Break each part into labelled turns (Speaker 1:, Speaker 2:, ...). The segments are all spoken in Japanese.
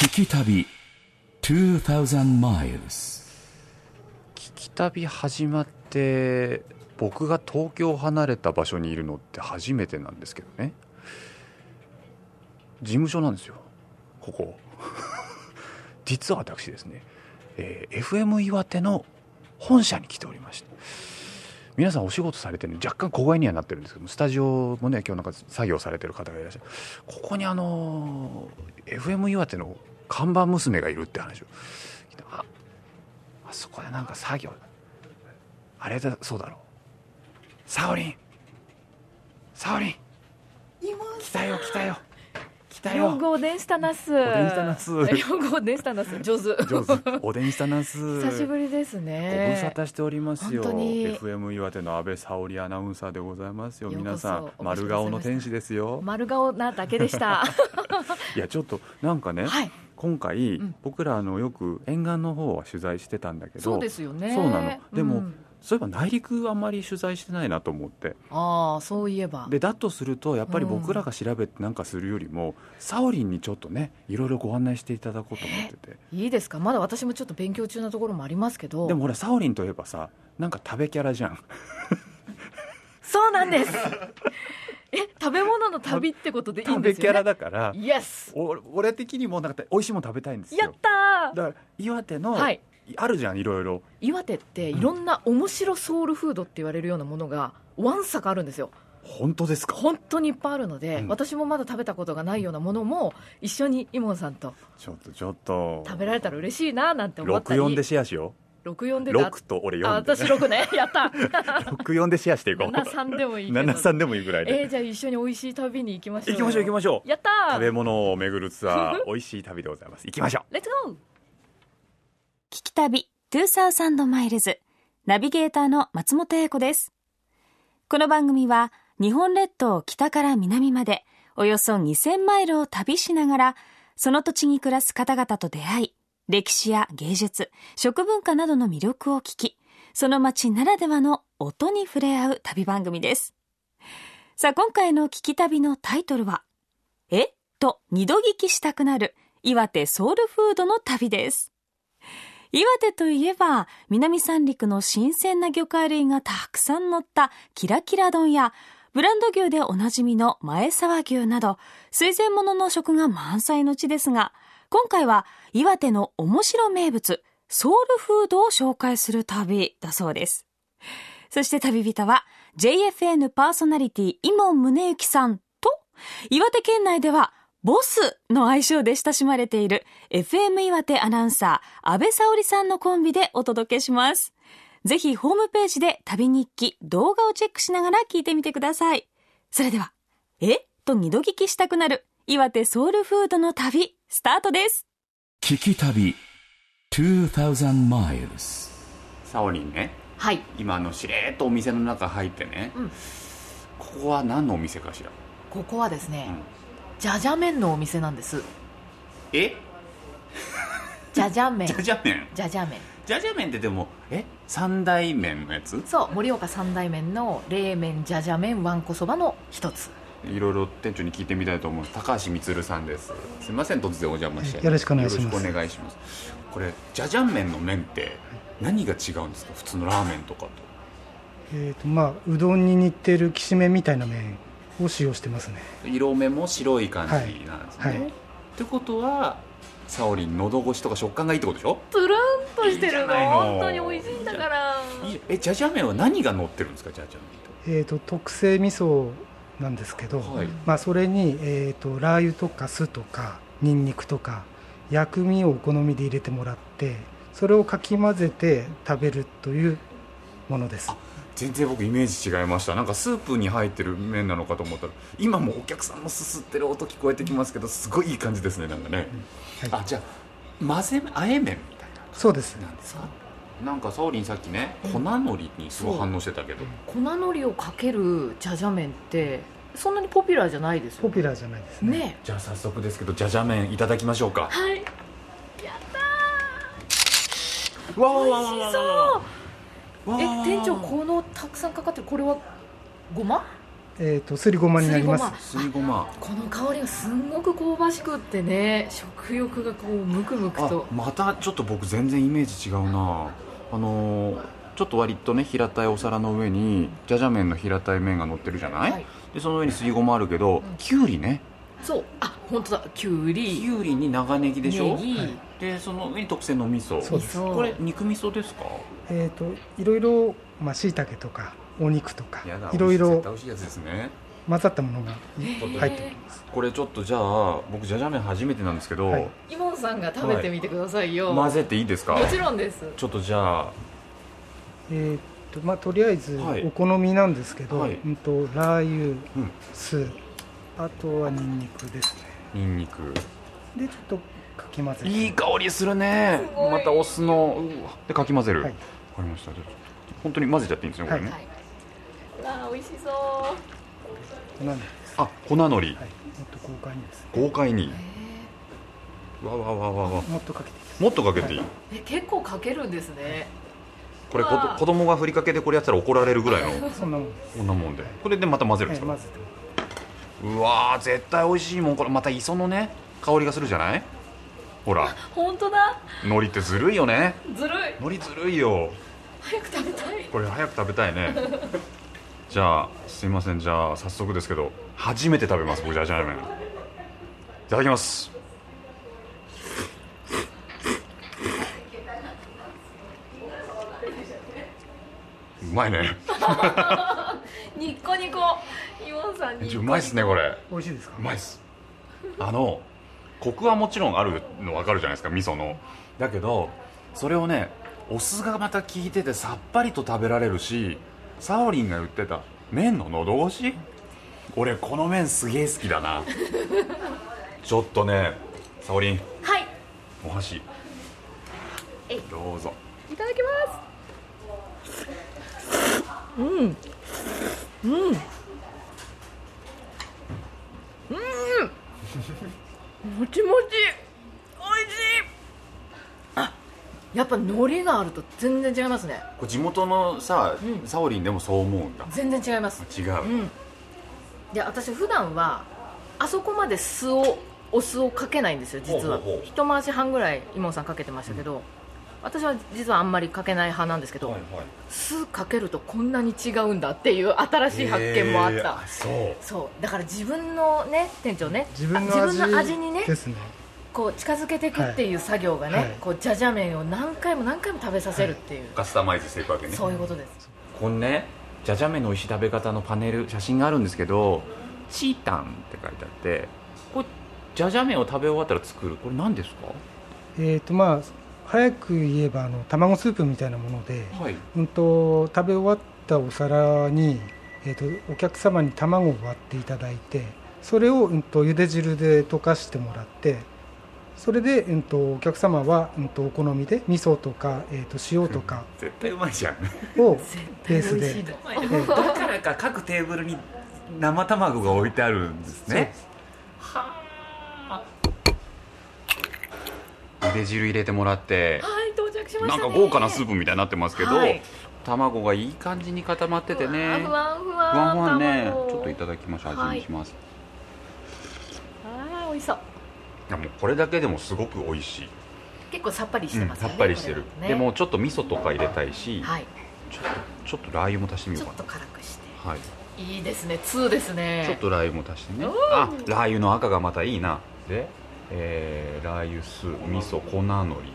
Speaker 1: 聞き旅2000 miles
Speaker 2: 聞き旅始まって僕が東京を離れた場所にいるのって初めてなんですけどね事務所なんですよここ実は私ですね、えー FM 岩手の本社に来ておりまして皆さんお仕事されてるんで若干小声にはなってるんですけどもスタジオもね今日なんか作業されてる方がいらっしゃるここにあのー FM 岩手の看板娘がいるって話を聞いてああそこでなんか作業あれだそうだろうサオリンサオリン
Speaker 3: いま
Speaker 2: 来
Speaker 3: す。
Speaker 2: たよ来たよ来た
Speaker 3: 両
Speaker 2: よ
Speaker 3: 号電スタナス。
Speaker 2: おでんしたなす
Speaker 3: 両号電スタナス上手。
Speaker 2: 上手おでんしたなす
Speaker 3: 久しぶりです
Speaker 2: ご
Speaker 3: ね。
Speaker 2: 無沙汰しておりますよ
Speaker 3: 本当に
Speaker 2: FM 岩手の安倍沙織アナウンサーでございますよ
Speaker 3: ようこそ
Speaker 2: 皆さ
Speaker 3: お越
Speaker 2: ん
Speaker 3: しくださいま
Speaker 2: 丸顔の
Speaker 3: した
Speaker 2: 天使ですよ
Speaker 3: 丸顔なだけ でした。
Speaker 2: いやちょっとなんかね、
Speaker 3: はい。
Speaker 2: 今回、
Speaker 3: うん
Speaker 2: 僕らあのよく沿岸の方は取材してたんだけど
Speaker 3: そうですよね。
Speaker 2: そうなのでも
Speaker 3: ん
Speaker 2: そういえば内陸あんまり取材してないなと思って
Speaker 3: ああそういえば。
Speaker 2: でだとするとやっぱり
Speaker 3: うん
Speaker 2: 僕らが調べてなんかするよりも、サオリンにちょっとねいろいろご案内していただこうと思ってて
Speaker 3: いいですか。まだ私もちょっと勉強中なところもありますけど。
Speaker 2: でもほらサオリンといえばさなんか食べキャラじゃん
Speaker 3: そうなんです。え食べ物の旅ってことでいい
Speaker 2: 食
Speaker 3: ん
Speaker 2: べ
Speaker 3: です
Speaker 2: キャ
Speaker 3: よ
Speaker 2: ラ
Speaker 3: ね。
Speaker 2: だから
Speaker 3: イエス。
Speaker 2: お俺的にもなんか美味しいもの食べたいんです
Speaker 3: やっ
Speaker 2: よ
Speaker 3: たー。
Speaker 2: だから岩手の、
Speaker 3: はい。
Speaker 2: あるじゃんいろいろ
Speaker 3: 岩手っていろんな面白ソウルフードって言われるようなものがわんさかあるんですよ。
Speaker 2: 本当ですか
Speaker 3: 本当にいっぱいあるので、
Speaker 2: うん
Speaker 3: 私もまだ食べたことがないようなものも一緒にイモンさんと
Speaker 2: ちょっとちょっと
Speaker 3: 食べられたら嬉しいななんて思ったり
Speaker 2: 64でシェアしよ
Speaker 3: 64
Speaker 2: う
Speaker 3: で
Speaker 2: 6と俺
Speaker 3: ああ
Speaker 2: 4で、
Speaker 3: 私6ね やった
Speaker 2: 64でシェアしていこう
Speaker 3: 73でもいいけど
Speaker 2: 73でもいいぐらい
Speaker 3: え
Speaker 2: で、
Speaker 3: ー、じゃあ一緒に美味しい旅に行きましょ
Speaker 2: 行
Speaker 3: う
Speaker 2: きましょう行きましょう
Speaker 3: やったー
Speaker 2: 食べ物を巡るツア ー美味しい旅でございます行きましょう
Speaker 3: レッツゴー
Speaker 4: 聞き旅2000マイルズナビゲーターの松本英子ですこの番組は日本列島を北から南までおよそ2000マイルを旅しながらその土地に暮らす方々と出会い歴史や芸術食文化などの魅力を聞きその街ならではの音に触れ合う旅番組ですさあ今回の聞き旅のタイトルはえっと二度聞きしたくなる岩手ソウルフードの旅です岩手といえば南三陸の新鮮な魚介類がたくさん乗ったキラキラ丼やブランド牛でおなじみの前沢牛など水前物の食が満載の地ですが今回は岩手の面白名物ソウルフードを紹介する旅だそうですそして旅人は JFN パーソナリティイモン宗行さんと岩手県内ではボスの愛称で親しまれている FM 岩手アナウンサー安倍沙織さんのコンビでお届けします。ぜひホームページで旅日記動画をチェックしながら聞いてみてください。それでは、えっと二度聞きしたくなる岩手ソウルフードの旅スタートです。
Speaker 1: 聞き旅2000 miles
Speaker 2: サオリンね
Speaker 3: はい
Speaker 2: 今あのしれーっとお店の中入ってね、
Speaker 3: うん
Speaker 2: ここは何のお店かしら
Speaker 3: ここはですね、
Speaker 2: うん
Speaker 3: じゃじゃ麺のお店なんです
Speaker 2: え
Speaker 3: じゃじゃ麺
Speaker 2: じゃじゃ麺
Speaker 3: じゃじゃ麺
Speaker 2: じゃじゃ麺ってでもえ三大麺のやつ
Speaker 3: そう盛岡三大麺の冷麺じゃじゃ麺わんこそばの一つ
Speaker 2: いろいろ店長に聞いてみたいと思うんです高橋充さんですすみません突然お邪魔して
Speaker 5: よろしくお願いします
Speaker 2: よろしくお願いしますこれじゃじゃん麺の麺って何が違うんですか普通のラーメンとかと
Speaker 5: えーとまあ、うどんに似てるきしめんみたいな麺を使用してますね
Speaker 2: 色目も白い感じなんですね、
Speaker 5: はいはい
Speaker 2: ってことはサオリン喉越しとか食感がいいってことでしょ
Speaker 3: つるんとして
Speaker 2: いいじ
Speaker 3: る
Speaker 2: ゃ
Speaker 3: の
Speaker 2: ないの
Speaker 3: 本当に美味しいんだから
Speaker 2: いいえじゃじゃ麺は何が乗ってるんですかじゃじゃ
Speaker 5: えーと特製味噌なんですけど、
Speaker 2: 麺はい
Speaker 5: まあ、それに、えーとラー油とか酢とかにんにくとか薬味をお好みで入れてもらってそれをかき混ぜて食べるというものです
Speaker 2: あ全然僕イメージ違いましたなんかスープに入ってる麺なのかと思ったら今もお客さんのすすってる音聞こえてきますけどすごいいい感じですねなんかね、
Speaker 5: うんは
Speaker 2: あじゃあ混ぜあえ麺みたいな感
Speaker 5: そうです
Speaker 2: じなんですかなんかサオリンさっきね粉のりにすごい反応してたけど、
Speaker 3: 粉のりをかけるじゃじゃ麺ってそんなにポピュラーじゃないですよ
Speaker 5: ポ
Speaker 3: ね
Speaker 5: ピュラーじゃないですね
Speaker 3: ね
Speaker 2: じゃあ早速ですけどじゃじゃ麺いただきましょうか
Speaker 3: はい
Speaker 2: わわわわ
Speaker 3: 美味し
Speaker 2: わ
Speaker 3: そ
Speaker 2: わ
Speaker 3: う
Speaker 2: わわ
Speaker 3: え
Speaker 2: わ
Speaker 3: 店長このたくさんかかってるこれはごま
Speaker 5: ええー、とすりごまになります
Speaker 2: す
Speaker 3: す
Speaker 2: りごま
Speaker 3: この香りがすんごく香ばしくってね食欲がこうムクムク
Speaker 2: あ
Speaker 3: と
Speaker 2: またちょっと僕全然イメージ違うなあのーちょっと割とね平たいお皿の上にじゃじゃ麺の平たい麺が乗ってるじゃない、
Speaker 3: はい
Speaker 2: でその上にすりごまあるけど、
Speaker 3: ん
Speaker 2: きゅうりね
Speaker 3: そうあ本当だきゅう
Speaker 2: き
Speaker 3: り
Speaker 2: ゅうりに長ネギでしょ
Speaker 3: ネギ、
Speaker 5: はい
Speaker 2: でその上に特製の味噌
Speaker 5: そうで
Speaker 3: 味
Speaker 5: す
Speaker 3: 噌
Speaker 2: これ肉味噌ですか
Speaker 5: えー、といろいろまあ椎茸とかお肉とか
Speaker 2: やだ
Speaker 5: いろい
Speaker 2: 絶対
Speaker 5: ろ
Speaker 2: 美味しいやつですね
Speaker 5: 混ざったものが
Speaker 3: ー
Speaker 5: 入っております
Speaker 2: これちょっとじゃあ僕じゃじゃ麺初めてなんですけど、
Speaker 5: はい
Speaker 3: イモンさんが食べてみてくださいよ、
Speaker 2: 混ぜていいですか
Speaker 3: もちろんです
Speaker 2: ちょっとじゃあ
Speaker 5: えーとまあ、とりあえず
Speaker 2: はい
Speaker 5: お好みなんですけど、
Speaker 2: はい
Speaker 5: うん、とラー油
Speaker 2: うん
Speaker 5: 酢あとはニンニクですね
Speaker 2: ニンニク
Speaker 5: でちょっとかき混ぜて
Speaker 2: いい香りするね
Speaker 3: すごい
Speaker 2: またお酢のうわでかき混ぜる、
Speaker 5: はい
Speaker 2: わかりましたじゃあ本当に混ぜちゃっていいんですねこれね、
Speaker 5: は
Speaker 3: はいわあ美味しそう
Speaker 5: 粉なんで
Speaker 2: あ粉のり、
Speaker 5: はい、もっと豪快にですね
Speaker 2: 豪快に
Speaker 3: え
Speaker 2: わわわわわ
Speaker 5: もっとかけていいです
Speaker 2: もっとかけていい、
Speaker 5: は
Speaker 3: ーえ結構かけるんですね
Speaker 2: これこ
Speaker 3: うわ
Speaker 2: 子供がふりかけでこれやったら怒られるぐらいの
Speaker 5: そんなもんです
Speaker 2: こんなもんでこれでまた混ぜるん
Speaker 5: は
Speaker 2: で
Speaker 5: い、
Speaker 2: すか、
Speaker 5: 混ぜて
Speaker 2: うわー絶対美味しいもんこれまた磯のね香りがするじゃないほら
Speaker 3: 本当だ
Speaker 2: 海苔ってずるいよね
Speaker 3: ずるい
Speaker 2: 海苔ずるいよ
Speaker 3: 早く食べたい
Speaker 2: これ早く食べたいねじゃあすいませんじゃあ早速ですけど初めて食べます僕じゃじゃ麺いただきますうまいね
Speaker 3: ニッコニコイモンさんに
Speaker 2: うまいっすねこれ
Speaker 5: 美味しいですか
Speaker 2: うまいっすあのコクはもちろんあるの分かるじゃないですか味噌のだけどそれをねお酢がまた効いててさっぱりと食べられるしサオリンが言ってた麺の喉越し俺この麺すげえ好きだなちょっとねサオリン
Speaker 3: はい
Speaker 2: お箸
Speaker 3: えい
Speaker 2: どうぞ
Speaker 3: いただきますうんうんうんもちもちおいしいあやっぱ海苔があると全然違いますね
Speaker 2: これ地元のさ、
Speaker 3: うん
Speaker 2: サオリンでもそう思うんだ
Speaker 3: 全然違います
Speaker 2: 違
Speaker 3: う
Speaker 2: う、
Speaker 3: んで私普段はあそこまで酢をお酢をかけないんですよ実
Speaker 2: ほうほ
Speaker 3: は
Speaker 2: うほう
Speaker 3: 一回し半ぐらいイモンさんかけてましたけど、私は実はあんまりかけない派なんですけど、酢かけるとこんなに違うんだっていう新しい発見もあっ
Speaker 2: へえ
Speaker 3: た、
Speaker 2: そう
Speaker 3: そうだから自分のね店長ね
Speaker 5: 自分
Speaker 3: あ
Speaker 5: の味
Speaker 3: 自分の味にね
Speaker 5: ですね
Speaker 3: こう近づけていくっていう作業がね、
Speaker 5: はいはい
Speaker 3: こうじゃじゃ麺を何回も何回も食べさせるっていう、
Speaker 2: カスタマイズしていくわけね
Speaker 3: そういうことです
Speaker 2: このねじゃじゃ麺の美味しい食べ方のパネル写真があるんですけど「チータン」って書いてあってこれじゃじゃ麺を食べ終わったら作るこれ何ですか
Speaker 5: えっ、とまあ早く言えばあの卵スープみたいなもので、
Speaker 2: はい
Speaker 5: うん、と食べ終わったお皿に、えー、とお客様に卵を割っていただいてそれを、うん、と茹で汁で溶かしてもらってそれで、うん、とお客様は、うん、とお好みで味噌とか、えー、と塩とか
Speaker 2: 絶対うまいじゃん
Speaker 5: を
Speaker 3: 絶対
Speaker 5: ベース
Speaker 3: 美味しい
Speaker 5: で
Speaker 3: だ
Speaker 2: だからか各テーブルに生卵が置いてあるんですねはあ茹で汁入れてもらって
Speaker 3: はい到着しま
Speaker 2: な
Speaker 3: した
Speaker 2: ん
Speaker 3: ね
Speaker 2: か豪華なスープみたいになってますけど、
Speaker 3: はい
Speaker 2: 卵がいい感じに固まっててね
Speaker 3: ふわんふわ
Speaker 2: ふわ
Speaker 3: ん
Speaker 2: んふわんね
Speaker 3: 卵
Speaker 2: ちょっといただきましょう味見します、
Speaker 3: あー美味しそう
Speaker 2: いやもうこれだけでもすごく美味しい、
Speaker 3: 結構さっぱりしてます
Speaker 2: さ
Speaker 3: よね、
Speaker 2: っぱりしてる、
Speaker 3: これだとね
Speaker 2: でもちょっと味噌とか入れたいし、
Speaker 3: はい
Speaker 2: ちょっとちょっとラー油も足してみ
Speaker 3: ち
Speaker 2: よ
Speaker 3: ょ
Speaker 2: う
Speaker 3: っ
Speaker 2: か
Speaker 3: と辛くして
Speaker 2: なはい、
Speaker 3: いいですね2ですね
Speaker 2: ちょっとラー油も足してねあラー油の赤がまたいいなで、えー、ラー油酢味噌粉のり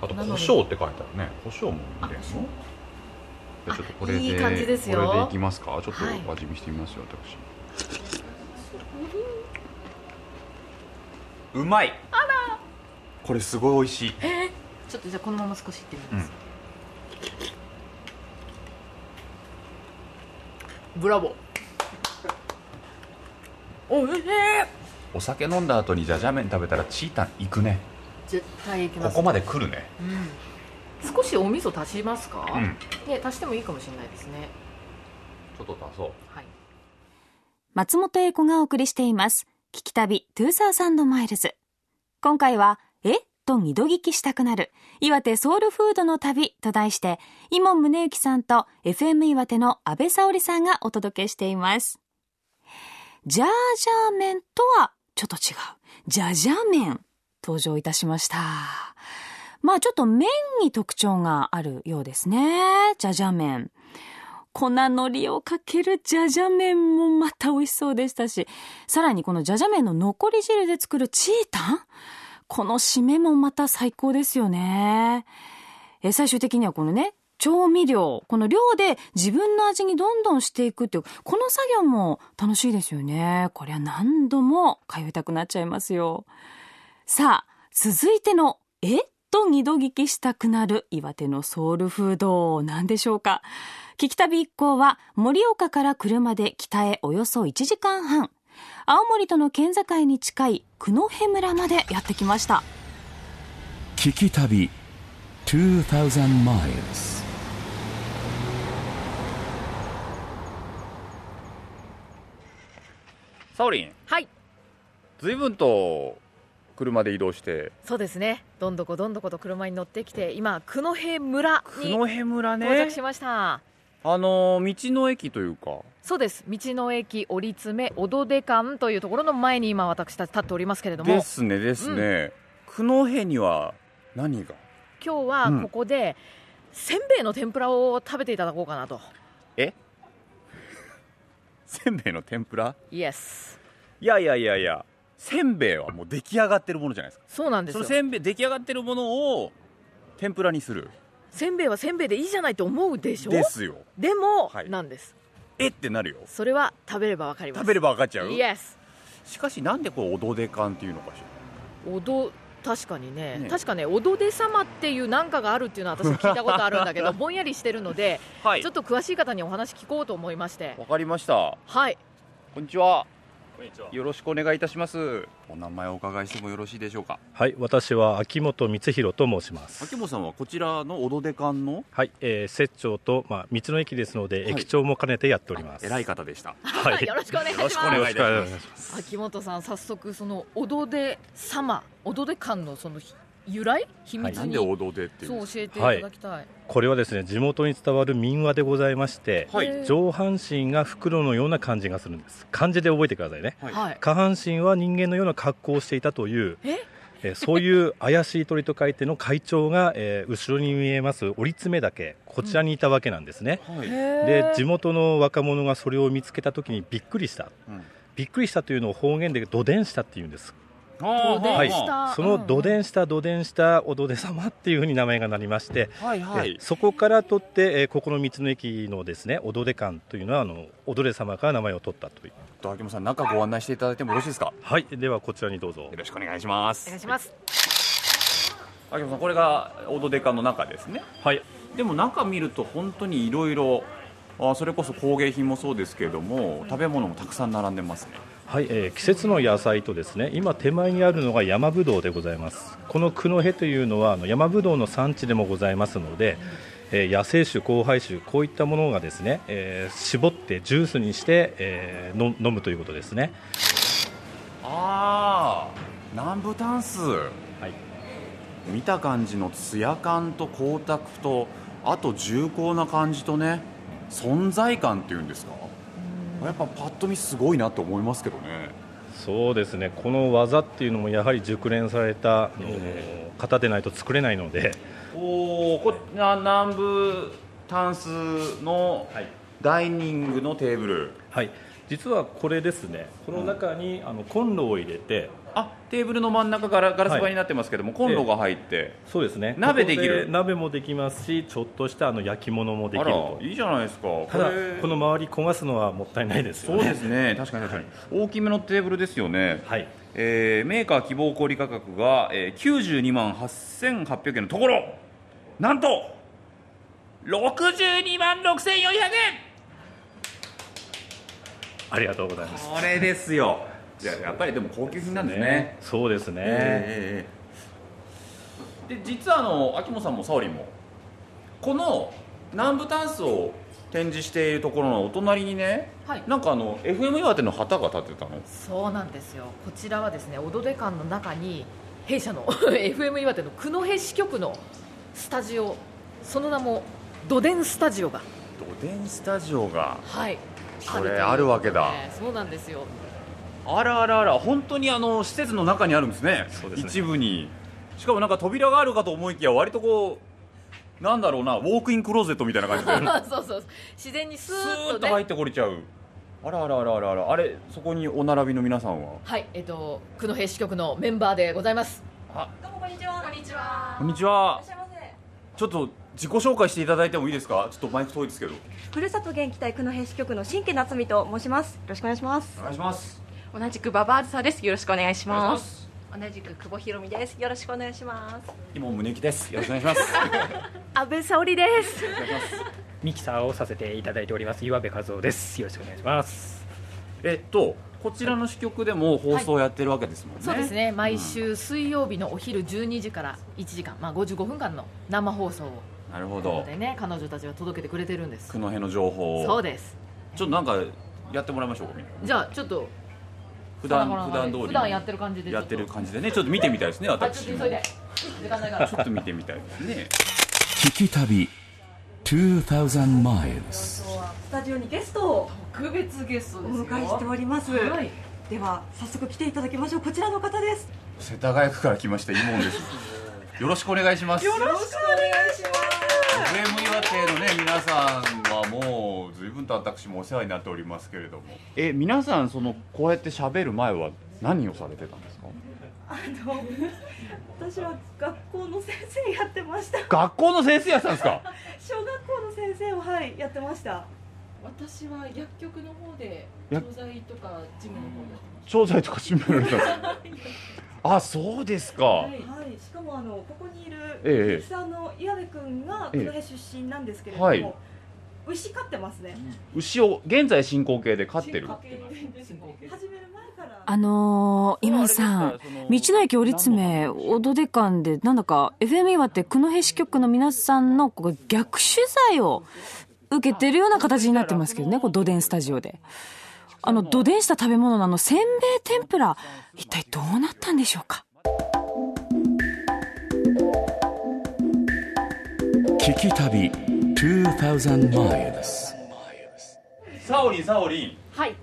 Speaker 2: あと胡椒って書いてあるね胡椒も入れるのじゃあちょっとこれで
Speaker 3: あいい感じですよ
Speaker 2: これでいきますかちょっ
Speaker 3: はい
Speaker 2: と味見してみますよ私、うまいあらこれすごい美味しい
Speaker 3: えーちょっとじゃあこのまま少しいってみます、ブラボーおいしい
Speaker 2: お酒飲んだ後にじゃじゃ麺食べたらチータン行くね
Speaker 3: 絶対いき
Speaker 2: こ
Speaker 3: ます
Speaker 2: こまで来るね
Speaker 3: うん、少しお味噌足しますか、
Speaker 2: うん
Speaker 3: で足してもいいかもしれないですね
Speaker 2: ちょっと足そう
Speaker 3: はい
Speaker 4: 松本英子がお送りしています。聞き旅2000マイルズ。今回は、えと二度聞きしたくなる、岩手ソウルフードの旅と題して、イモン宗行さんと FM 岩手の安倍沙織さんがお届けしています。ジャージャー麺とはちょっと違う。ジャジャ麺登場いたしました。まあちょっと麺に特徴があるようですね。ジャジャ麺。粉のりをかけるじゃじゃ麺もまた美味しそうでしたし、さらにこのじゃじゃ麺の残り汁で作るチータンこの締めもまた最高ですよね。え最終的にはこのね、調味料、この量で自分の味にどんどんしていくっていう、この作業も楽しいですよね。これは何度も通いたくなっちゃいますよ。さあ、続いての、えと二度聞きしたくなる岩手のソウルフード、何でしょうか聞き旅一行は盛岡から車で北へおよそ1時間半青森との県境に近い九戸村までやってきました
Speaker 1: 聞き旅2000 miles
Speaker 2: サオリン
Speaker 3: はい
Speaker 2: 随分と車で移動して
Speaker 3: そうですねどんどこどんどこと車に乗ってきて今九戸村
Speaker 2: 九
Speaker 3: に
Speaker 2: 戸村
Speaker 3: 到
Speaker 2: ね
Speaker 3: 着しまし
Speaker 2: あ
Speaker 3: た、
Speaker 2: のー道の駅というか
Speaker 3: そうです道の駅折り詰め小戸出館というところの前に今私たち立っておりますけれど
Speaker 2: で
Speaker 3: も
Speaker 2: すねですね、九戸には何が
Speaker 3: 今日はここで、せんべいの天ぷらを食べていただこうかなと
Speaker 2: えせんべいの天ぷら
Speaker 3: イエス
Speaker 2: いやいやいやいやせんべいはもう出来上がってるものじゃないですか
Speaker 3: そうなんです
Speaker 2: そ
Speaker 3: よ
Speaker 2: のせんべい出来上がってるものを天ぷらにする
Speaker 3: せんべいはせんべいでいいじゃないと思うでしょ
Speaker 2: ですよ
Speaker 3: でも、
Speaker 2: はい
Speaker 3: なんです
Speaker 2: えってなるよ
Speaker 3: それは食べればわかります
Speaker 2: 食べれば分かっちゃう
Speaker 3: イエス
Speaker 2: しかしなんでこうおどで感っていうのかしら
Speaker 3: おど確かにね
Speaker 2: ね
Speaker 3: 確かねおどで様っていうなんかがあるっていうの は私は聞いたことあるんだけどぼんやりしてるので、
Speaker 2: は
Speaker 3: ちょっと詳しい方にお話聞こうと思いまして
Speaker 2: わかりました
Speaker 3: はい
Speaker 2: こんにちは
Speaker 6: こんにちは。
Speaker 2: よろしくお願いいたしますお名前をお伺いしてもよろしいでしょうか
Speaker 6: はい、私は秋元光弘と申します。
Speaker 2: 秋元さんはこちらのおどで感の
Speaker 6: はい、えー、摂長と、まあ、道の駅ですので、
Speaker 2: はい
Speaker 6: 駅長も兼ねてやっております。
Speaker 2: 偉い。方でした
Speaker 6: はい。
Speaker 3: よ
Speaker 6: よ
Speaker 3: ろしくお願いし
Speaker 2: よ
Speaker 3: ま
Speaker 2: ろ
Speaker 3: す
Speaker 2: しくお願
Speaker 6: ろしくお願いします。
Speaker 3: 秋元さん早速そのおどで様おどで感のそのひ由来秘密
Speaker 2: なん
Speaker 3: に、
Speaker 2: でおどでってい
Speaker 3: そうう教えていただきたい、
Speaker 6: これはですね、地元に伝わる民話でございまして、
Speaker 2: はい
Speaker 3: えー
Speaker 6: 上半身が袋のような感じがするんです。漢字で覚えてくださいね。
Speaker 2: はい
Speaker 3: はい
Speaker 6: 下半身は人間のような格好をしていたという
Speaker 3: え、
Speaker 6: えーそういう怪しい鳥と書いての会長が、えー後ろに見えます折爪岳、こちらにいたわけなんですね。
Speaker 2: はい、
Speaker 3: へ
Speaker 6: で
Speaker 3: ー
Speaker 6: 地元の若者がそれを見つけた時にびっくりした
Speaker 2: うん
Speaker 6: びっくりしたというのを方言でどでんしたっていうんです
Speaker 2: あー
Speaker 3: ど
Speaker 6: は
Speaker 3: で
Speaker 6: い
Speaker 3: んした
Speaker 6: そのどでんしたどでんしたおどで様っていうふうに名前がなりまして、
Speaker 2: はいは
Speaker 6: え
Speaker 2: い
Speaker 6: そこから取って、えーここの道の駅のですねおどで館というのはあのおどれ様から名前を取ったという
Speaker 2: と秋元さん中ご案内していただいてもよろしいですか
Speaker 6: はいではこちらにどうぞ
Speaker 2: よろしくお願いしま
Speaker 3: お
Speaker 2: す
Speaker 3: 願いします
Speaker 2: 秋元さんこれがオドデカの中ですね
Speaker 6: はい
Speaker 2: でも中見ると本当にいろいろそれこそ工芸品もそうですけれども食べ物もたくさん並んでますね
Speaker 6: はい、えー季節の野菜とですね今手前にあるのが山ぶどうでございますこの九戸というのはあの山ぶどうの産地でもございますので、えー野生種交配種こういったものがですね、えー絞ってジュースにして、えーの飲むということですね
Speaker 2: ああ南部タンス
Speaker 6: はい
Speaker 2: 見た感じのツヤ感と光沢とあと重厚な感じとね存在感っていうんですかやっぱパッと見すごいなと思いますけどね
Speaker 6: そうですねこの技っていうのもやはり熟練された、あの方でないと作れないので
Speaker 2: おおこな南部タンスのダイニングのテーブル
Speaker 6: はい実はこれですねこの中に、あのコンロを入れて
Speaker 2: あテーブルの真ん中からガラス張
Speaker 6: は
Speaker 2: り
Speaker 6: い
Speaker 2: になってますけども、コンロが入って
Speaker 6: そうですね
Speaker 2: 鍋できる
Speaker 6: ここ鍋もできますしちょっとしたあの焼き物もで
Speaker 2: あ
Speaker 6: きる
Speaker 2: ら
Speaker 6: と
Speaker 2: いいじゃないですか
Speaker 6: ただ
Speaker 2: これ
Speaker 6: この周り焦がすのはもったいないですよ
Speaker 2: そう
Speaker 6: ね
Speaker 2: ですね 確かに確かに、大きめのテーブルですよね、
Speaker 6: はい
Speaker 2: えーメーカー希望小売価格が、えー、92万8800円のところなんと62万6400円
Speaker 6: ありがとうございます
Speaker 2: これですよいややっぱりでも高級品なんですね
Speaker 6: そうですね、
Speaker 2: ええええで実はあの秋元さんも沙織もこの南部タンスを展示しているところのお隣にね、
Speaker 3: はい
Speaker 2: なんかあの FM 岩手の旗が立ってたの
Speaker 3: そうなんですよこちらはですねオドデ館の中に弊社の FM 岩手の九戸支局のスタジオその名もドデンスタジオが
Speaker 2: どでんスタジオが
Speaker 3: はい
Speaker 2: それあるわけだ
Speaker 3: そうなんですよ
Speaker 2: あらあらあら本当にあの施設の中にあるんですね
Speaker 6: そうですね
Speaker 2: 一部にしかもなんか扉があるかと思いきや割とこうなんだろうなウォークインクローゼットみたいな感じで
Speaker 3: そうそう自然にス
Speaker 2: スー
Speaker 3: ー
Speaker 2: ッ
Speaker 3: ッ
Speaker 2: と
Speaker 3: と
Speaker 2: 入
Speaker 3: ね
Speaker 2: って これちゃうあらあらあらあらあらあれそこにお並びの皆さんは
Speaker 3: はいえっと久野平支局のメンバーでございます
Speaker 7: どうもこんにちは。こんにちは。
Speaker 2: こんにち
Speaker 7: いら
Speaker 2: は
Speaker 7: っしゃいませ。
Speaker 2: ちょっと自己紹介していただいてもいいですかちょっとマイク遠いですけど
Speaker 7: ふるさと元気隊久野平支局の新家夏美と申します。よろしくお願いします。
Speaker 2: お願いします
Speaker 8: 同じくババアズサです。よろしくお願いし
Speaker 2: お願いし
Speaker 8: ま。
Speaker 2: ますす
Speaker 7: 同じく久保ひろみです。よろしくお願いします。
Speaker 2: 今胸木ですよろしくお願いします
Speaker 7: 安倍沙織です。
Speaker 2: お願いします
Speaker 9: ミキサーをさせていただいております岩部和夫ですよろしくお願いします
Speaker 2: えっとこちらの支局でも放送やってるわけですもんね、
Speaker 3: そうですね毎週水曜日のお昼12時から1時間、まあ、55分間の生放送を
Speaker 2: なるほ
Speaker 3: ここ
Speaker 2: ど
Speaker 3: でね彼女たちは届けてくれてるんです
Speaker 2: 久野辺の情報を
Speaker 3: そうです
Speaker 2: ちょっとなんかやってもらいましょうかみんな
Speaker 3: じゃあちょっと
Speaker 2: 普段
Speaker 3: 田中
Speaker 2: 普
Speaker 3: の中
Speaker 2: 段
Speaker 3: で
Speaker 2: 通り
Speaker 3: 普段やってる感じでちょ
Speaker 2: や
Speaker 3: っ
Speaker 2: っ
Speaker 3: と
Speaker 2: てる感じでねちょっと見てみたいですね
Speaker 3: あちょっ
Speaker 2: 私
Speaker 3: と
Speaker 2: も
Speaker 3: 急いで
Speaker 2: ち
Speaker 3: 時間ないから
Speaker 2: ょっと見てみたいですね
Speaker 1: 聞き旅2000 miles
Speaker 7: スタジオにゲストを
Speaker 3: 特別ゲスト
Speaker 7: お
Speaker 3: ですよ
Speaker 7: 迎えしております。
Speaker 3: はい
Speaker 7: では早速来ていただきましょう。こちらの方です。
Speaker 2: 世田谷区から来ましたイモンですよろしくお願いしますよろしく
Speaker 7: お願いしま
Speaker 2: FM 岩手のね皆さんはもう随分と私もお世話になっておりますけれどもえ皆さんそのこうやって喋る前は何をされてたんですか
Speaker 7: す。あの私は学校の先生やってました。
Speaker 2: 学校の先生やってたんですか
Speaker 7: 小学校の先生をはいやってました。
Speaker 10: 私は薬局の方で
Speaker 2: や
Speaker 10: 調剤とかジムの方で
Speaker 2: 調剤とか趣味をやってたんですかあそうですか、
Speaker 7: はい、しかもあのここにい
Speaker 2: ええ
Speaker 7: るミキサーの岩部君が
Speaker 2: ええ
Speaker 7: 黒部出身なんですけれど
Speaker 2: は
Speaker 7: も、
Speaker 2: い
Speaker 7: 牛飼ってますね。
Speaker 2: 牛を現在進行形で飼ってる
Speaker 7: 始める前から。
Speaker 4: あのー、今井さん、道の駅折り詰め、オドデカンで、なんだか、FM 岩手久野平支局の皆さんのこう逆取材を受けてるような形になってますけどね、こう、ドデンスタジオで。あの、ドデンした食べ物のあの、せんべい天ぷら、一体どうなったんでしょうか
Speaker 1: 聞き旅2000 miles
Speaker 2: サオリンサオリン
Speaker 3: はい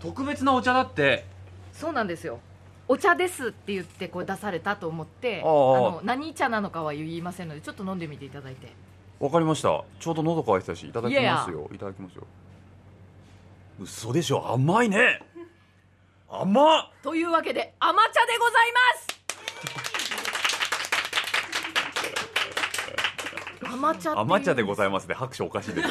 Speaker 2: 特別なお茶だって
Speaker 3: そうなんですよお茶ですって言ってこう出されたと思って
Speaker 2: ああ
Speaker 3: あの何茶なのかは言いませんのでちょっと飲んでみていただいて
Speaker 2: わかりましたちょうど喉乾いてたしいただきますよいただきますよ嘘でしょ甘いね甘っ
Speaker 3: というわけで甘茶でございます甘茶っていう
Speaker 2: 甘茶でございますね拍手おかしいです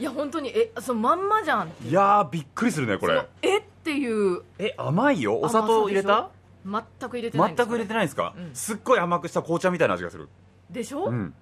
Speaker 3: いや本当にえそのまんまじゃん
Speaker 2: いやーびっくりするねこれ
Speaker 3: えっていう
Speaker 2: え甘いよお砂糖入れた
Speaker 3: 甘さでしょ全く入れてない
Speaker 2: 全く入れてないんですか、
Speaker 3: うん
Speaker 2: すっごい甘くした紅茶みたいな味がする
Speaker 3: でしょ、
Speaker 2: うん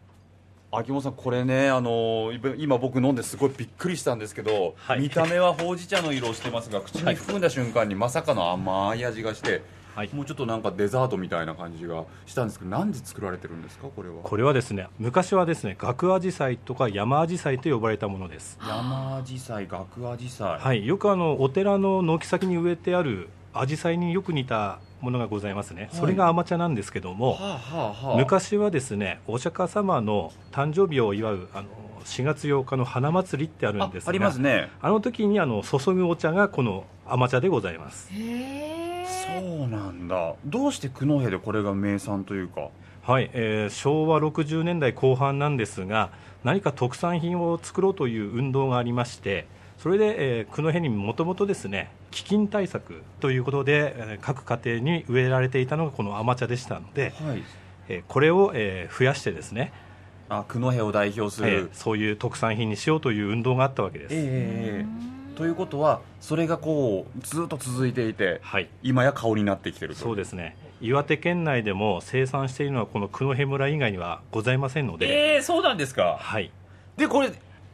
Speaker 2: 秋元さんこれね、あのー今僕飲んですごいびっくりしたんですけど、
Speaker 6: はい
Speaker 2: 見た目はほうじ茶の色をしてますが口に含んだ瞬間にまさかの甘い味がして、
Speaker 6: はい
Speaker 2: もうちょっとなんかデザートみたいな感じがしたんですけど何で作られてるんですかこれは
Speaker 6: これはですね昔はですね額アジサイとか山アジサイと呼ばれたものです
Speaker 2: 山アジサイ額アジサイ、
Speaker 6: はい、よくあのお寺の軒先に植えてある紫陽花によく似たものがございますね、
Speaker 2: はい
Speaker 6: それが甘茶なんですけども、
Speaker 2: はあはあはあ
Speaker 6: 昔はですねお釈迦様の誕生日を祝うあの4月8日の花祭りってあるん
Speaker 2: あ
Speaker 6: ですが
Speaker 2: ありますね
Speaker 6: あの時にあの注ぐお茶がこの甘茶でございます、
Speaker 3: へえ
Speaker 2: そうなんだどうして九戸でこれが名産というか
Speaker 6: はいえー昭和60年代後半なんですが何か特産品を作ろうという運動がありましてそれで、えー、久野辺にもともとですね飢饉対策ということで、えー各家庭に植えられていたのがこの甘茶でしたので、
Speaker 2: はい
Speaker 6: えーこれを、えー増やしてですね、
Speaker 2: あ九戸を代表す
Speaker 6: え
Speaker 2: る
Speaker 6: ー、そういう特産品にしようという運動があったわけです、
Speaker 2: ええええということはそれがこうずっと続いていて
Speaker 6: はい
Speaker 2: 今や顔になってきてると
Speaker 6: そうですね岩手県内でも生産しているのはこの九戸村以外にはございませんので、
Speaker 2: ええそうなんですか
Speaker 6: はい
Speaker 2: でこれ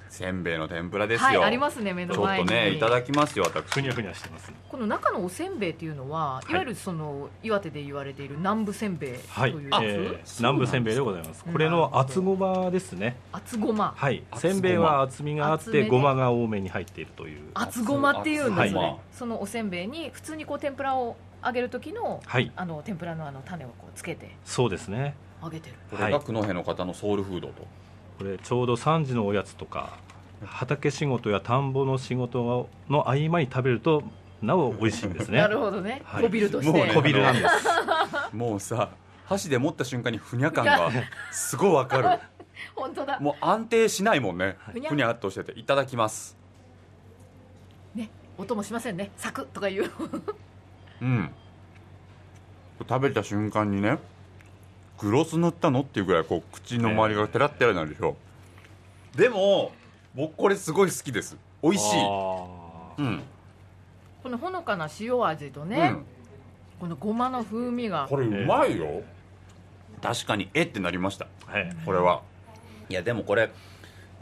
Speaker 2: せんべいの天ぷらですよ、
Speaker 3: はいありますね目
Speaker 2: ちょっ
Speaker 3: の前
Speaker 2: と
Speaker 3: に
Speaker 2: ねいただきますよ私
Speaker 6: ふにゃふにゃしてます
Speaker 3: この中のおせんべいっていうのは、
Speaker 6: い
Speaker 3: い、わゆるその岩手で言われている南部せんべいと
Speaker 6: はい、
Speaker 3: いう
Speaker 6: え
Speaker 3: やつ、
Speaker 6: ー南部せんべいでございます
Speaker 3: うん
Speaker 6: これの厚ごまですね
Speaker 3: 厚ごま
Speaker 6: はい
Speaker 2: 厚ごま
Speaker 6: せんべいは厚みがあっ
Speaker 3: 厚め
Speaker 6: て
Speaker 3: ね
Speaker 6: ごまが多めに入っているという
Speaker 3: 厚ごまっていうん
Speaker 6: は
Speaker 3: で
Speaker 6: い
Speaker 3: すねそのおせんべいに普通にこう天ぷらを揚げる時の
Speaker 6: はい
Speaker 3: あの天ぷらのあの種をこうつけて
Speaker 6: そうですね
Speaker 3: 揚げてる
Speaker 2: これが九戸の方のソウルフードと、
Speaker 6: これちょうど3時のおやつとか畑仕事や田んぼの仕事の合間に食べるとなお美味しいんですね
Speaker 3: なるほどね、
Speaker 6: はい
Speaker 3: こびるとして、
Speaker 6: もうね
Speaker 1: 小ビルなんですもうさ箸で持った瞬間にふにゃ感がすごいわかる
Speaker 3: 本当だ
Speaker 1: もう安定しないもんね
Speaker 3: ふにゃ
Speaker 1: ふにゃっとしてていただきます
Speaker 3: ね音もしませんねサクッとかいう
Speaker 1: うん食べた瞬間にねグロス塗ったのっていうぐらいこう口の周りがテラッテラになるでしょ、でも僕これすごい好きです美味しい
Speaker 6: あ
Speaker 1: うん、
Speaker 3: このほのかな塩味と
Speaker 1: う
Speaker 3: ね、
Speaker 1: ん、
Speaker 3: このごまの風味が
Speaker 1: これうまいよ確かにえってなりました
Speaker 6: ーはい
Speaker 1: これはいやでもこれ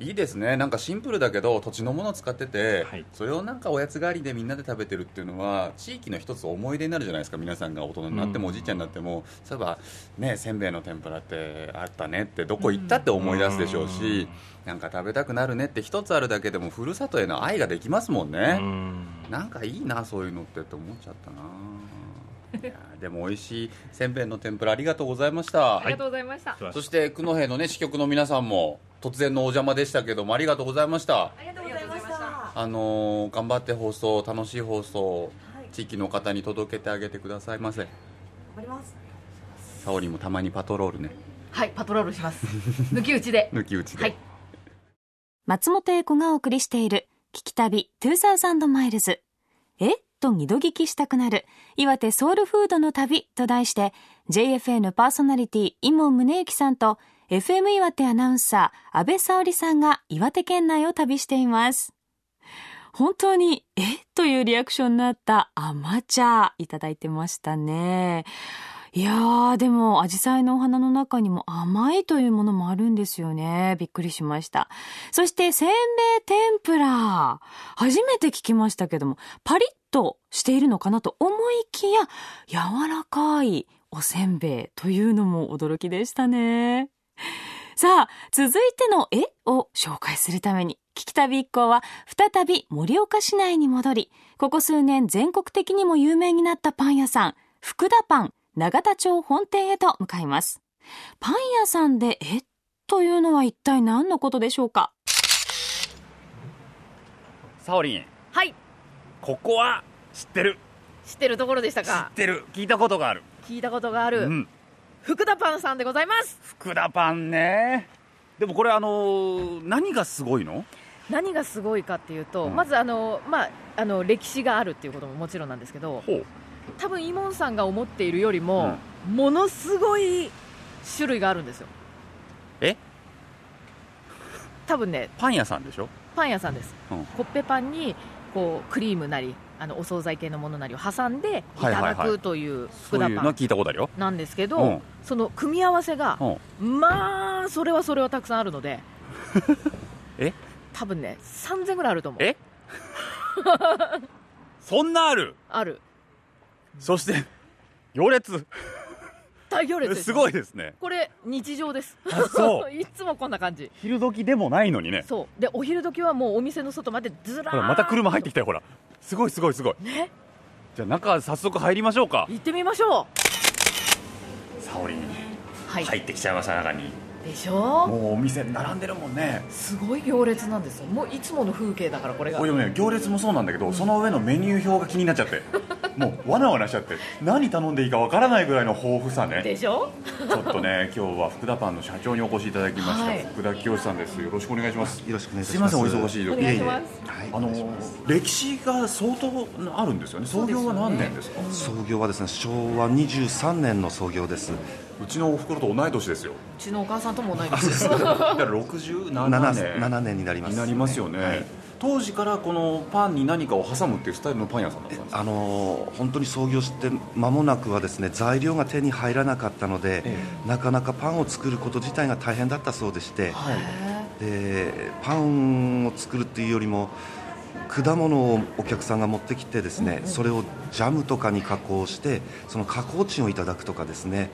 Speaker 1: いいですねなんかシンプルだけど土地のものを使ってて、
Speaker 6: はい
Speaker 1: それをなんかおやつ代わりでみんなで食べてるっていうのは地域の一つ思い出になるじゃないですか皆さんが大人になっても
Speaker 6: うん
Speaker 1: おじいちゃんになってもそういえばねせんべいの天ぷらってあったねってどこ行ったって思い出すでしょうしなんか食べたくなるねって一つあるだけでもふるさとへの愛ができますもん
Speaker 6: う
Speaker 1: ね
Speaker 6: ん
Speaker 1: なんかいいなそういうのってって思っちゃったないやでも美味しいせんべいの天ぷらありがとうございました
Speaker 8: ありがとうございました。
Speaker 1: そして九戸のね支局の皆さんも突然のお邪魔でしたけどもありがとうございました
Speaker 7: ありがとうございました。
Speaker 1: あのー頑張って放送楽しい放送を地域の方に届けてあげてくださいませ
Speaker 7: 張ります。
Speaker 1: 沙織もたまにパトロールね
Speaker 3: はいパトロールします 抜き打ちで
Speaker 1: 抜き打ちで、
Speaker 3: はい
Speaker 4: 松本英子がお送りしている「聞き旅2000マイルズ」「えっ?」と二度聞きしたくなる岩手ソウルフードの旅と題して JFN パーソナリティ伊門宗行さんと FM 岩手アナウンサー安倍沙織さんが岩手県内を旅しています本当に「えっ?」というリアクションのあったアマチャーいただいてましたねいやーでも紫陽花のお花の中にも甘いというものもあるんですよねびっくりしましたそしてせんべい天ぷら初めて聞きましたけどもパリッとしているのかなと思いきや柔らかいおせんべいというのも驚きでしたねさあ続いての「絵を紹介するために聞き旅一行は再び盛岡市内に戻りここ数年全国的にも有名になったパン屋さん福田パン永田町本店へと向かいますパン屋さんで「えというのは一体何のことでしょうか
Speaker 2: サオリン
Speaker 3: はい
Speaker 2: ここは知ってる
Speaker 3: 知ってるところでした
Speaker 2: 知っ
Speaker 3: か
Speaker 2: てる聞いたことがある
Speaker 3: 聞いたことがある、
Speaker 2: うん
Speaker 3: 福田パンさんでございます
Speaker 2: 福田パンねでもこれあのー何がすごいの
Speaker 3: 何がすごいかっていうと、
Speaker 2: うん
Speaker 3: まずあの、まあ、あの歴史があるっていうことももちろんなんですけど
Speaker 2: ほう
Speaker 3: 多分イモンさんが思っているよりも、ものすごい種類があるんですよ
Speaker 2: え
Speaker 3: 多分ね
Speaker 2: パン屋さんでしょ
Speaker 3: パン屋さんです、
Speaker 2: うん
Speaker 3: コッペパンにこうクリームなりあのお惣菜系のものなりを挟んでい
Speaker 2: はいは
Speaker 3: た
Speaker 2: いはい
Speaker 3: だくという
Speaker 2: そ
Speaker 3: 福
Speaker 2: う
Speaker 3: 田
Speaker 2: いう
Speaker 3: パ
Speaker 2: のは
Speaker 3: ン
Speaker 2: 聞いたことあるよ
Speaker 3: なんですけど、
Speaker 2: うん
Speaker 3: その組み合わせが
Speaker 2: うん
Speaker 3: まあそれはそれはたくさんあるので
Speaker 2: え
Speaker 3: 多分ね3000ぐらいあると思う
Speaker 2: えそんなある
Speaker 3: ある
Speaker 2: そして行列
Speaker 3: 大行列です
Speaker 2: すごいですね
Speaker 3: これ日常です
Speaker 2: あそう
Speaker 3: いつもこんな感じ
Speaker 2: 昼時でもないのにね
Speaker 3: そうでお昼時はもうお店の外までず
Speaker 2: ほ
Speaker 3: らーっと
Speaker 2: らまた車入ってきたよほらすごいすごいすごい
Speaker 3: ね
Speaker 2: じゃあ中早速入りましょうか
Speaker 3: 行ってみましょ
Speaker 2: 沙織
Speaker 3: うはい、
Speaker 2: ってきちゃいました中に
Speaker 3: でしょ
Speaker 2: もうお店並んでるもんね
Speaker 3: すごい行列なんですよもういつもの風景だからこれが
Speaker 2: これでもね行列もそうなんだけどその上のメニュー表が気になっちゃってもうわなわなしちゃって何頼んでいいかわからないぐらいの豊富さね
Speaker 3: でしょ
Speaker 2: ちょっとね今日は福田パンの社長にお越しいただきました、
Speaker 3: はい
Speaker 2: 福田清さんですよろしくお願いします
Speaker 11: よろしくお願いいた
Speaker 2: すい
Speaker 11: し
Speaker 2: ま
Speaker 11: ま
Speaker 2: せ
Speaker 11: す。
Speaker 2: んお忙しい
Speaker 3: お
Speaker 2: 時
Speaker 3: 願いします
Speaker 11: はい、
Speaker 2: あの歴史が相当あるんですよね創業は何年ですか
Speaker 11: 創業はですね、昭和23年の創業です。
Speaker 2: うちのおふくろと同い年ですよ
Speaker 3: うちのお母さんとも同い年です
Speaker 2: だから67
Speaker 11: 7
Speaker 2: 年
Speaker 11: 7年になります。
Speaker 2: になりますよね、
Speaker 11: はい
Speaker 2: 当時からこのパンに何かを挟むっていうスタイルのパン屋さんだったんですか
Speaker 11: あの本当に創業して間もなくはですね材料が手に入らなかったので、なかなかパンを作ること自体が大変だったそうでして、でパンを作るっていうよりも果物をお客さんが持ってきてですね、それをジャムとかに加工してその加工賃をいただくとかですね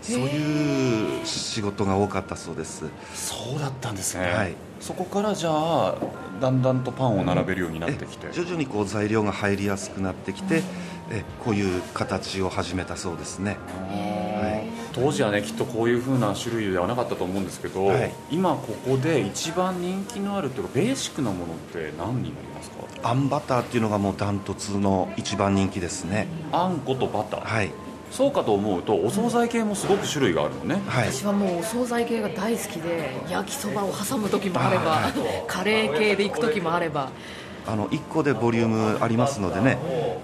Speaker 11: そういう仕事が多かったそうです。
Speaker 2: そうだったんですね、
Speaker 11: はい
Speaker 2: そこからじゃあだんだんとパンを並べるようになっ
Speaker 11: え
Speaker 2: てきて、
Speaker 11: 徐々にこう材料が入りやすくなってきて、えこういう形を始めたそうですね。
Speaker 2: あー当時はねきっとこういう風な種類ではなかったと思うんですけど、
Speaker 11: はい
Speaker 2: 今ここで一番人気のあるというかベーシックなものって何になりますか
Speaker 11: あんバターっていうのがもうダントツの一番人気ですね
Speaker 2: あんことバター
Speaker 11: はい
Speaker 2: そうかと思うとお惣菜系もすごく種類があるのね、
Speaker 11: はい
Speaker 3: 私はもうお惣菜系が大好きで焼きそばを挟む時もあれば
Speaker 11: は
Speaker 3: あとカレー系で行く時もあれば
Speaker 11: あの1個でボリュームありますのでね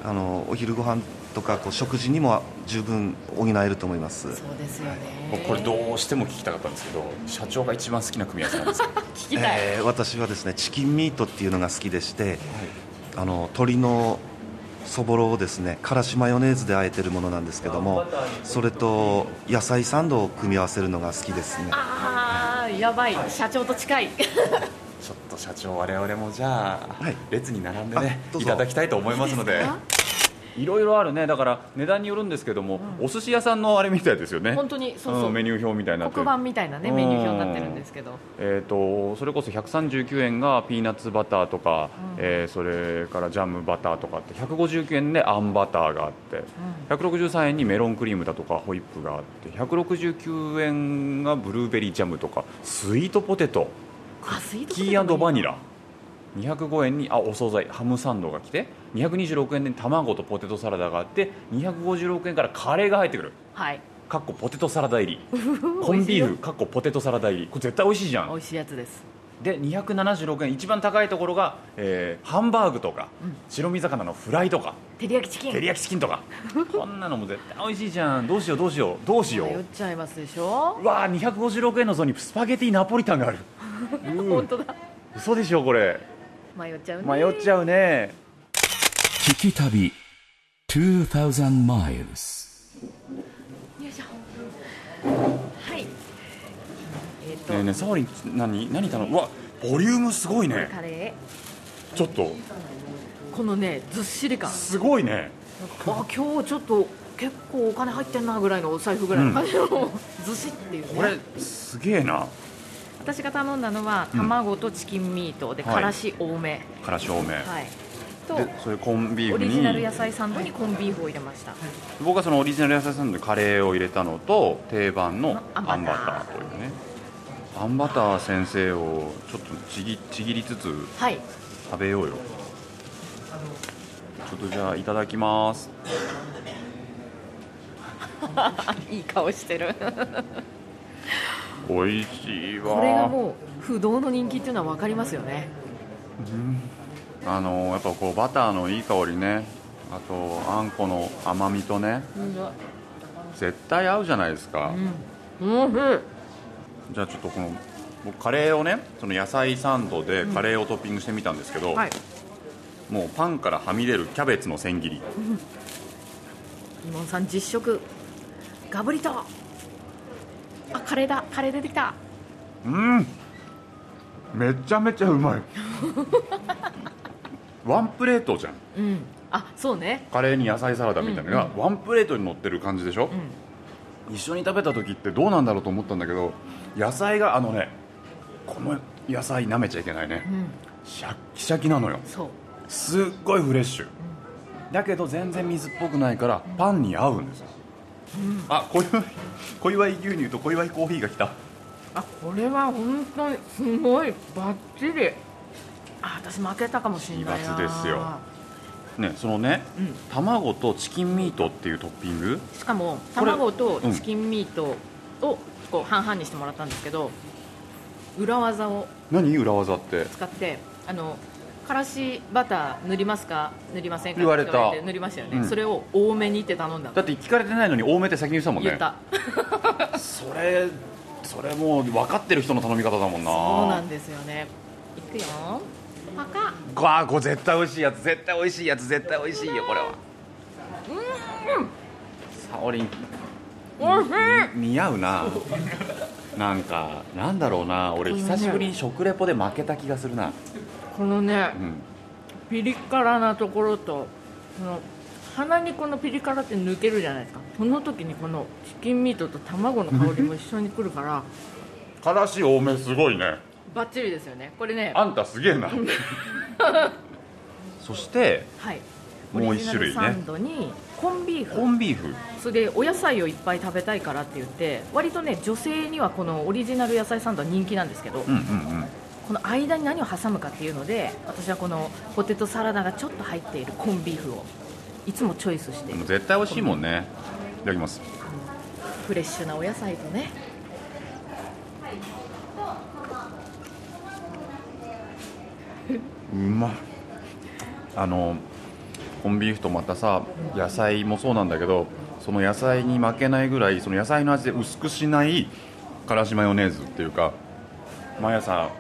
Speaker 11: あのお昼ご飯とかこう食事にも十分補えると思います
Speaker 3: そうですよね
Speaker 2: これどうしても聞きたかったんですけど社長が一番好きな組み合わせなんですよ
Speaker 3: 聞
Speaker 11: えー私はですねチキンミートっていうのが好きでして、あの鶏のそぼろをですねからしマヨネーズで和えてるものなんですけどもそれと野菜サンドを組み合わせるのが好きですね
Speaker 3: ああやばい社長と近い
Speaker 2: ちょっと社長我々もじゃあ、列に並んでね
Speaker 12: どう
Speaker 2: い
Speaker 12: ぞ
Speaker 2: ただきたいと思いますの
Speaker 3: いい
Speaker 2: で
Speaker 3: ですか
Speaker 2: いろいろあるねだから値段によるんですけども、お寿司屋さんのあれみたいですよね
Speaker 3: 本当にそうそうん
Speaker 2: メニュー表みたいになって
Speaker 3: 黒
Speaker 2: る
Speaker 3: 板みたいなねメニュー表になってるんですけど
Speaker 2: えー、とそれこそ139円がピーナッツバターとか、えーそれからジャムバターとかって159円であんバターがあって163円にメロンクリームだとかホイップがあって169円がブルーベリージャムとかスイートポテト
Speaker 3: あスイート
Speaker 2: キーバニラ205円にあお惣菜ハムサンドが来て226円で卵とポテトサラダがあって256円からカレーが入ってくる
Speaker 3: はい
Speaker 2: かっこポテトサラダ 入りコ
Speaker 3: コ
Speaker 2: ンビーフかっこポテトサラダ入りこれ絶対美味しいじゃん
Speaker 3: 美味しいやつです
Speaker 2: で276円一番高いところが、えーハンバーグとか、白身魚のフライとか
Speaker 3: 照り焼きチキン
Speaker 2: 照り焼きチキンと かこんなのも絶対美味しいじゃんどうしようどうしようどうしよ
Speaker 3: 迷っ
Speaker 2: う
Speaker 3: ちゃいますでしょ
Speaker 2: うわー256円のゾーンにスパゲティナポリタンがある
Speaker 3: 本当だ
Speaker 2: 嘘でしょこれ
Speaker 3: 迷っちゃうね
Speaker 2: 迷っちゃうね
Speaker 1: 聞き旅2000 miles
Speaker 3: よいしょはいえっ、と、
Speaker 2: ねえねえサオリン何何頼むうわボリュームすごいね
Speaker 3: カレ
Speaker 2: ちょっと
Speaker 3: ーこのねずっしり感
Speaker 2: すごいね
Speaker 3: あ今日ちょっと結構お金入ってんなぐらいのお財布ぐらいの感じの、ずしっていうね
Speaker 2: これすげえな
Speaker 3: 私が頼んだのは
Speaker 2: うん
Speaker 3: 卵とチキンミートで、
Speaker 2: はい
Speaker 3: からし多め
Speaker 2: からし多め、
Speaker 3: はいと
Speaker 2: でそれコンビー
Speaker 3: オ
Speaker 2: フに
Speaker 3: リジナル野菜サンドにコンビーフを入れました、
Speaker 2: 僕はそのオリジナル野菜サンドにカレーを入れたのと定番のあんバターというねあんバター先生をちょっとちぎちぎりつつ
Speaker 3: はい
Speaker 2: 食べようよちょっとじゃあいただきます
Speaker 3: いい顔してる
Speaker 2: 美味しいわ
Speaker 3: これがもう不動の人気っていうのは分かりますよね
Speaker 2: うんあのやっぱこうバターのいい香りねあとあんこの甘みとね絶対合うじゃないですか、
Speaker 3: うんうん
Speaker 2: じゃあちょっとこの僕カレーをねその野菜サンドでカレーをトッピングしてみたんですけど、
Speaker 3: はい
Speaker 2: もうパンからはみ出るキャベツの千切り
Speaker 3: イモンさん実食ガブリとあカレーだカレー出てきた
Speaker 2: うんめちゃめちゃうまい ワンプレートじゃん
Speaker 3: うんあそうね
Speaker 2: カレーに野菜サラダみたいなのが
Speaker 3: うんう
Speaker 2: ワンプレートに乗ってる感じでしょ、一緒に食べた時ってどうなんだろうと思ったんだけど野菜があのねこの野菜舐めちゃいけないね、
Speaker 3: うん
Speaker 2: シャッキシャキなのよ
Speaker 3: そう
Speaker 2: すっごいフレッシュ、だけど全然水っぽくないからパンに合うんですよ、あ小祝い小祝い牛乳と小祝いコーヒーが来た
Speaker 3: あこれは本当にすごいバッチリあ私負けたかもしれないな
Speaker 2: 奇抜ですよねそのね、卵とチキンミートっていうトッピング
Speaker 3: しかも
Speaker 2: これ
Speaker 3: 卵と
Speaker 2: うん
Speaker 3: チキンミートをこう半々にしてもらったんですけど裏技を
Speaker 2: 何裏技って
Speaker 3: 使ってあのからしバター塗りますか塗りませんか
Speaker 2: 言われた
Speaker 3: って言われて塗りましたよね、
Speaker 2: うん
Speaker 3: それを多めにって頼んだの
Speaker 2: だって聞かれてないのに多めって先に言ってたもんね
Speaker 3: 言った
Speaker 2: それそれもう分かってる人の頼み方だもんな
Speaker 3: そうなんですよねいくよパカッ
Speaker 2: わあこれ絶対美味しいやつ絶対美味しいやつ絶対美味しいよこれはサオリン
Speaker 3: おいしい
Speaker 2: 似合うななんかなんだろうな俺久しぶりに食レポで負けた気がするな、
Speaker 3: このね
Speaker 2: うん、
Speaker 3: ピリ辛なところとこの鼻にこのピリ辛って抜けるじゃないですかその時にこのチキンミートと卵の香りも一緒に来るから
Speaker 2: からし多めすごいね
Speaker 3: バッチリですよねこれね
Speaker 2: あんたすげえなそして
Speaker 3: はいオ
Speaker 13: もう
Speaker 3: リジ
Speaker 13: 一
Speaker 3: ナ
Speaker 13: 種類
Speaker 3: ルサ
Speaker 13: ね
Speaker 3: ンドにコンビーフ
Speaker 13: コンビーフ
Speaker 3: それでお野菜をいっぱい食べたいからって言って割とね女性にはこのオリジナル野菜サンドは人気なんですけど、
Speaker 13: うんうん
Speaker 3: この間に何を挟むかっていうので私はこのポテトサラダがちょっと入っているコンビーフをいつもチョイスして
Speaker 13: うんもう絶対美味しいもんねいただきます
Speaker 3: フレッシュなお野菜とね
Speaker 13: うまいあのコンビーフとまたさ野菜もそうなんだけどその野菜に負けないぐらいその野菜の味で薄くしないからしマヨネーズっていうか毎朝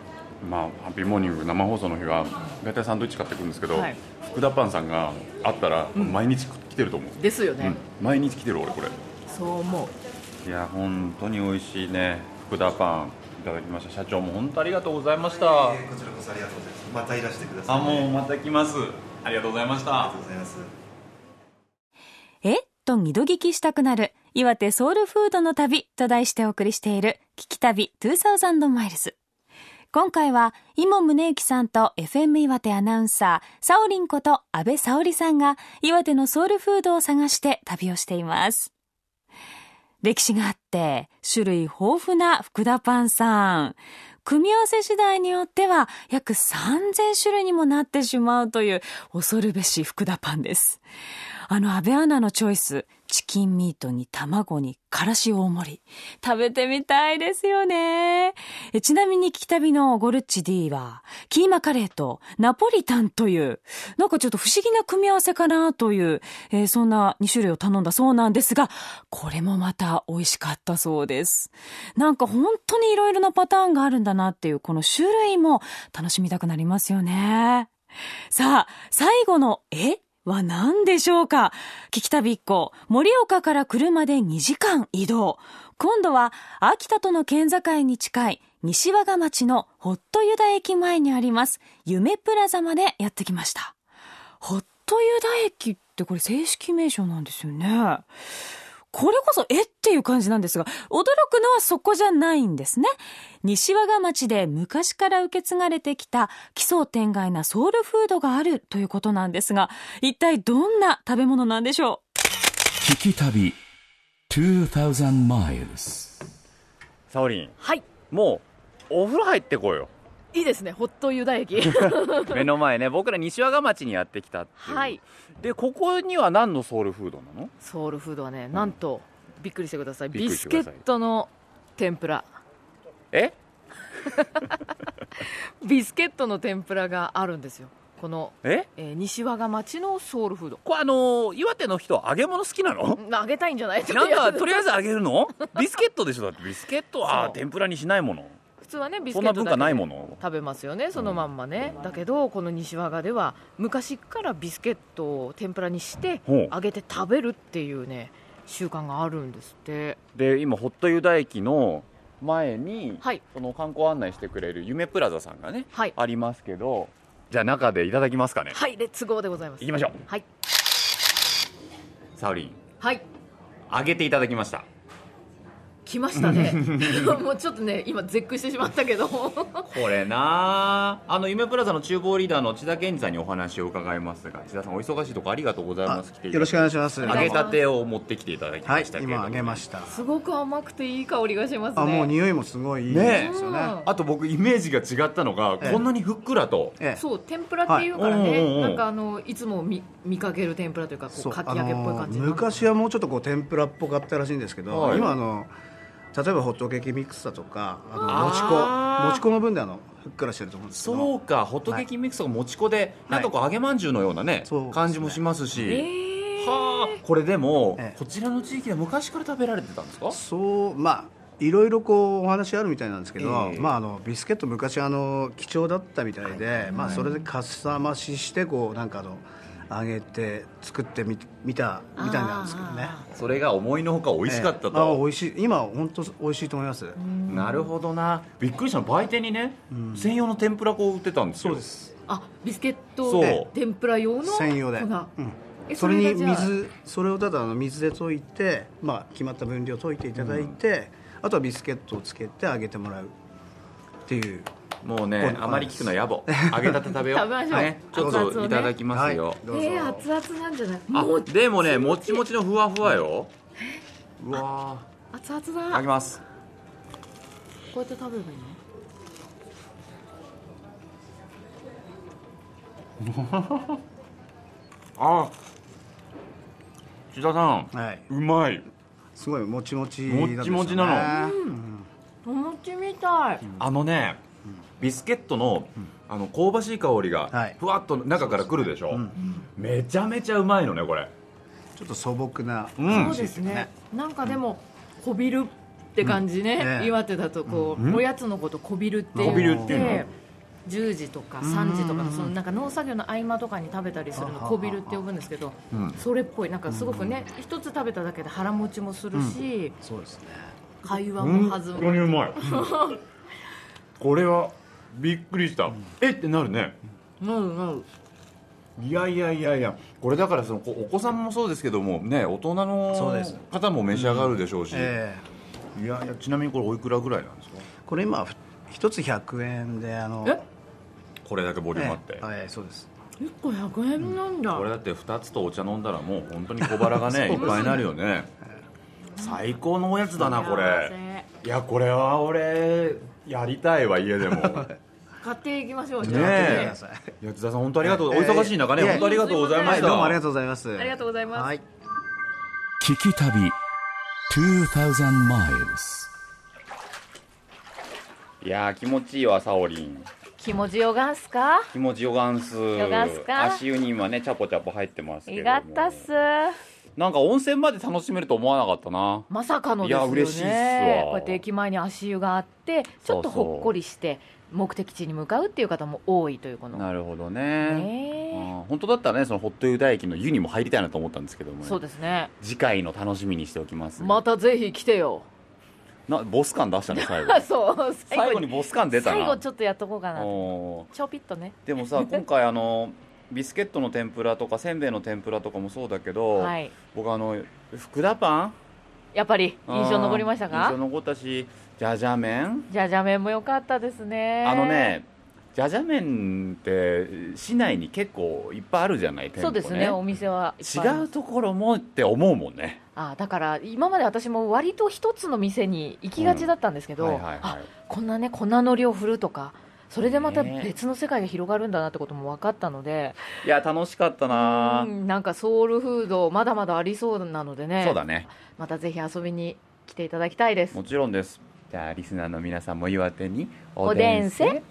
Speaker 13: まあハッピーモーニング生放送の日は大体サンドイッチ買ってくるんですけど、
Speaker 3: はい
Speaker 13: 福田パンさんがあったら毎日来てると思う、
Speaker 3: ですよね、
Speaker 13: うん毎日来てる俺これ
Speaker 3: そう思う
Speaker 13: いや本当に美味しいね福田パンいただきました社長も本当ありがとうございました、
Speaker 14: こちらこそありがとうございますまたいらしてくださ
Speaker 13: あ
Speaker 14: い
Speaker 13: もうまた来ますありがとうございましたありがとうございます
Speaker 4: えっと二度聞きしたくなる岩手ソウルフードの旅と題してお送りしている聞き旅2000マイルズ今回は伊茂宗行さんと FM 岩手アナウンサーサオリンこと安倍沙織さんが岩手のソウルフードを探して旅をしています歴史があって種類豊富な福田パンさん組み合わせ次第によっては約3000種類にもなってしまうという恐るべし福田パンですあの、安倍アナのチョイス、チキンミートに卵にからし大盛り。食べてみたいですよね。えちなみに、聞き旅のゴルッチ D は、キーマカレーとナポリタンという、なんかちょっと不思議な組み合わせかなという、えーそんな2種類を頼んだそうなんですが、これもまた美味しかったそうです。なんか本当に色々なパターンがあるんだなっていう、この種類も楽しみたくなりますよね。さあ、最後の、えは何でしょうか聞き旅一行、盛岡から車で2時間移動。今度は秋田との県境に近い西和賀町のホットユダ駅前にあります、夢プラザまでやってきました。ホットユダ駅ってこれ正式名称なんですよね。これこそ、えっていう感じなんですが、驚くのはそこじゃないんですね。西和賀町で昔から受け継がれてきた奇想天外なソウルフードがあるということなんですが、一体どんな食べ物なんでしょ
Speaker 1: 聞き旅2000 miles
Speaker 2: サオリン
Speaker 3: はい
Speaker 2: もうお風呂入ってこうよ
Speaker 3: いいですねホット湯田 駅
Speaker 2: 目の前ね僕ら西和賀町にやってきたっていう
Speaker 3: はい
Speaker 2: でここには何のソウルフードなの
Speaker 3: ソウルフードはねなんとびっくりしてください
Speaker 2: びっく
Speaker 3: ビ
Speaker 2: りし
Speaker 3: ス
Speaker 2: て
Speaker 3: ケ
Speaker 2: くださ
Speaker 3: ッ
Speaker 2: い
Speaker 3: トの天ぷら
Speaker 2: え
Speaker 3: ビスケットの天ぷらがあるんですよこの
Speaker 2: え
Speaker 3: えー西和賀町のソウルフード
Speaker 2: これあのー岩手の人は揚げ物好きなの
Speaker 3: うんあげたいんじゃない
Speaker 2: なんかとりあえず揚げ
Speaker 3: る
Speaker 2: る のビスケットでしょだってビスケットは天ぷらにしないもの
Speaker 3: 普通はねビスケ
Speaker 2: そ
Speaker 3: ッ
Speaker 2: んな
Speaker 3: トだけ
Speaker 2: 文化ないもの
Speaker 3: 食べますよねそのまんまね、だけどこの西和賀では昔からビスケットを天ぷらにして
Speaker 2: ほう
Speaker 3: 揚げて食べるっていうね習慣があるんですって
Speaker 2: で今ホットユダ駅の前に、
Speaker 3: はい
Speaker 2: その観光案内してくれる夢プラザさんがね、
Speaker 3: はい
Speaker 2: ありますけどじゃあ中でいただきますかね
Speaker 3: はいレッツゴーでございます
Speaker 2: 行きましょう
Speaker 3: はい
Speaker 2: サウリン
Speaker 3: はい
Speaker 2: 揚げていただきました
Speaker 3: 来ました ねもうちょっとね今絶句してしまったけど
Speaker 2: これなああの夢プラザの厨房リーダーの千田健二さんにお話を伺いますが千田さんお忙しいとこありがとうございます来て
Speaker 11: よろしくお願いします
Speaker 2: 揚げたてを持ってきていただきましたけれども、
Speaker 11: 今揚げました
Speaker 3: すごく甘くていい香りがしますね
Speaker 11: あもう匂いもすごいいい
Speaker 2: ね
Speaker 11: ですよね
Speaker 3: うん
Speaker 2: あと僕イメージが違ったのが、
Speaker 11: ええ
Speaker 2: こんなにふっくらと、
Speaker 3: そう天ぷらっていうからね、
Speaker 11: はいうんうんうん
Speaker 3: なんかあのいつも見見かける天ぷらというかこう
Speaker 11: そう
Speaker 3: かき揚げっぽい
Speaker 11: あ
Speaker 3: 感
Speaker 11: の
Speaker 3: じ、
Speaker 11: 昔はもうちょっとこう天ぷらっぽかったらしいんですけど、
Speaker 3: はい
Speaker 11: 今あの例えばホットケーキミックスだとかあの
Speaker 2: あー
Speaker 11: もち粉もち粉の分であのふっくらしてると思うんですけど
Speaker 2: そうかホットケーキミックスがもち粉で、なんかこう揚げまんじゅうのようなね感じもしますし、はあこれでも、こちらの地域では昔から食べられてたんですか
Speaker 11: そうまあいろいろこうお話あるみたいなんですけど、
Speaker 2: ええ
Speaker 11: まあ、あのビスケット昔あの貴重だったみたいで、まあ、それでかさ増ししてこうなんかあの揚げて作ってみ見たみたいなんですけどね
Speaker 2: それが思いのほか美味しかったと、
Speaker 11: ええあ美味しい今本当美味しいと思います
Speaker 2: なるほどなびっくりしたの売店にね、専用の天ぷら粉を売ってたんですよそうです
Speaker 3: あビスケッ
Speaker 2: そう
Speaker 3: ト天ぷら用の
Speaker 11: 専用で、
Speaker 3: 粉
Speaker 11: うん
Speaker 3: え
Speaker 11: それに
Speaker 3: それがじゃあ
Speaker 11: 水それをただあの水で溶いて、まあ、決まった分量溶いていただいて、あとはビスケットをつけて揚げてもらうっていう
Speaker 2: もうねあまり聞くのは野暮揚げたて食べよう
Speaker 3: 食べましょう
Speaker 2: ねちょっ
Speaker 3: 熱々を
Speaker 2: と
Speaker 3: ね
Speaker 2: いただきますよ、
Speaker 3: えー、熱々なんじゃない
Speaker 2: あ
Speaker 3: もう
Speaker 2: でもねもちもちのふわふわようわ
Speaker 3: 熱々
Speaker 2: ーい
Speaker 3: だ
Speaker 2: ただきます
Speaker 3: こうやって食べればいいの
Speaker 15: あ千田さん、うまい
Speaker 11: すごいもちもち
Speaker 15: もっちもちなの
Speaker 3: お餅みたい
Speaker 2: あのねビスケットのあの香ばしい香りがふわっと中からくるでしょ、めちゃめちゃうまいのねこれ
Speaker 11: ちょっと素朴な
Speaker 3: そうですねなんかでもこびるって感じね,、
Speaker 11: うんね
Speaker 3: 岩手だとこう、
Speaker 11: うん
Speaker 3: おやつのことこびるっていう
Speaker 11: こびるっていうの
Speaker 3: で10時とか3時とか
Speaker 11: うん
Speaker 3: のそのなんか農作業の合間とかに食べたりするのこびるって呼ぶんですけど
Speaker 11: うん
Speaker 3: それっぽいなんかすごくね一つ食べただけで腹持ちもするし、
Speaker 11: そうですね
Speaker 3: 会話も弾む
Speaker 15: 本当にうまいこれはびっくりした、えってなるね
Speaker 3: なるなる
Speaker 2: いやいやいやいやこれだからそのこお子さんもそうですけどもね大人
Speaker 11: そ
Speaker 2: の
Speaker 11: うです
Speaker 2: 方も召し上がるでしょうし、
Speaker 11: え
Speaker 2: いやいやちなみにこれおいくらぐらいなんですか
Speaker 11: これ今一つ100円であの
Speaker 2: これだけボリュームあって、
Speaker 11: ええはいそうです
Speaker 3: 1個100円なんだ、
Speaker 2: これだって2つとお茶飲んだらもう本当に小腹がねい
Speaker 3: そう
Speaker 2: っぱいになるよね最高のおやつだなこれいやこれは俺やりたいわ家でもね
Speaker 3: 買っていきましょうじゃあ
Speaker 2: えいや津田さん本当ありがとう、お忙しい中ね、
Speaker 11: ええ
Speaker 2: 本当ありがとうございました、
Speaker 11: はどうもありがとうございます
Speaker 3: ありがとうございます、
Speaker 1: 聞き旅2000 miles
Speaker 2: いやー気持ちいいわサオリン
Speaker 16: 気持ちよがんすか
Speaker 2: 気持ちよがんす
Speaker 16: よがんすか
Speaker 2: 足湯に今ねチャポチャポ入ってますけ
Speaker 16: い
Speaker 2: ど
Speaker 16: がったっす
Speaker 2: なんか温泉まで楽しめると思わなかったな
Speaker 3: まさかのですよ
Speaker 2: い
Speaker 3: ね
Speaker 2: や嬉しいっすわ
Speaker 3: こうやって駅前に足湯があってちょっとほっこりして目的地に向かうっていう方も多いというこの
Speaker 2: なるほどねうん本当だったらねそのホット湯田駅の湯にも入りたいなと思ったんですけどもね
Speaker 3: そうですね
Speaker 2: 次回の楽しみにしておきます
Speaker 3: またぜひ来 てよ
Speaker 2: なボス感出したね最後
Speaker 3: そう
Speaker 2: 最後にボス感出たな
Speaker 16: 最後ちょっとやっとこうかな
Speaker 2: おー
Speaker 16: ちょぴっとね
Speaker 2: でも さ今回あのビスケットの天ぷらとかせんべいの天ぷらとかもそうだけど、
Speaker 16: はい
Speaker 2: 僕あの福田パン
Speaker 16: やっぱり印象残りました
Speaker 2: うん印象
Speaker 16: か
Speaker 2: 残ったしじゃじゃ麺
Speaker 16: じゃじゃ麺も良かったですね
Speaker 2: あのねじゃじゃ麺って市内に結構いっぱいあるじゃない店舗、ね、
Speaker 16: そうですねお店はいっぱいあり
Speaker 2: 違
Speaker 16: ま
Speaker 2: う
Speaker 16: す
Speaker 2: ところもって思うもんね
Speaker 16: あだから今まで私も割と一つの店に行きがちだったんですけど、
Speaker 2: はいはい
Speaker 16: あ
Speaker 2: はい
Speaker 16: こんなね粉の量振るとかそれでまた
Speaker 2: ね
Speaker 16: 別の世界が広がるんだなってことも分かったので、
Speaker 2: いや楽しかったな
Speaker 16: うんなんかソウルフードまだまだありそうなのでね
Speaker 2: そうだね
Speaker 16: またぜひ遊びに来ていただきたいです
Speaker 2: もちろんですじゃあリスナーの皆さんも岩手に
Speaker 16: おでんせ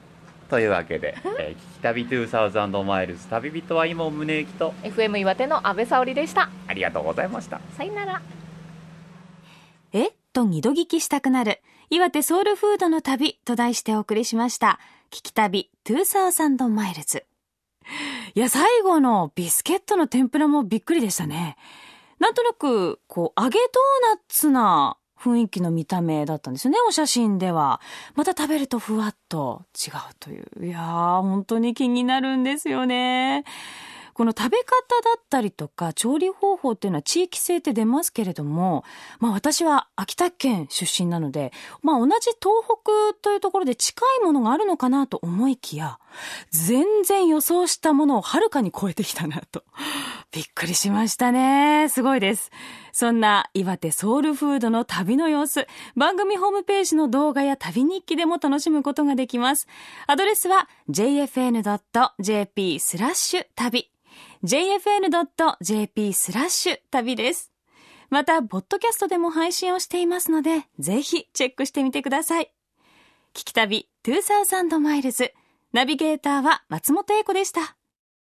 Speaker 2: というわけで、えー、聞き旅2000マイルズ旅人は今宗行と
Speaker 16: FM 岩手の阿部沙織でした
Speaker 2: ありがとうございました
Speaker 16: さよなら
Speaker 4: えっと二度聞きしたくなる岩手ソウルフードの旅と題してお送りしました聞き旅2000マイルズいや最後のビスケットの天ぷらもびっくりでしたねなんとなくこう揚げドーナツな雰囲気の見た目だったんですよねお写真ではまた食べるとふわっと違うといういやー本当に気になるんですよねこの食べ方だったりとか調理方法っていうのは地域性って出ますけれども、まあ私は秋田県出身なので、まあ同じ東北というところで近いものがあるのかなと思いきや、全然予想したものをはるかに超えてきたなと。びっくりしましたね。すごいです。そんな岩手ソウルフードの旅の様子、番組ホームページの動画や旅日記でも楽しむことができます。アドレスは jfn.jp スラッシュ旅。jfn.jp スラッシュ旅です。また、ポッドキャストでも配信をしていますので、ぜひチェックしてみてください。聞き旅2000マイルズ。ナビゲーターは松本英子でした。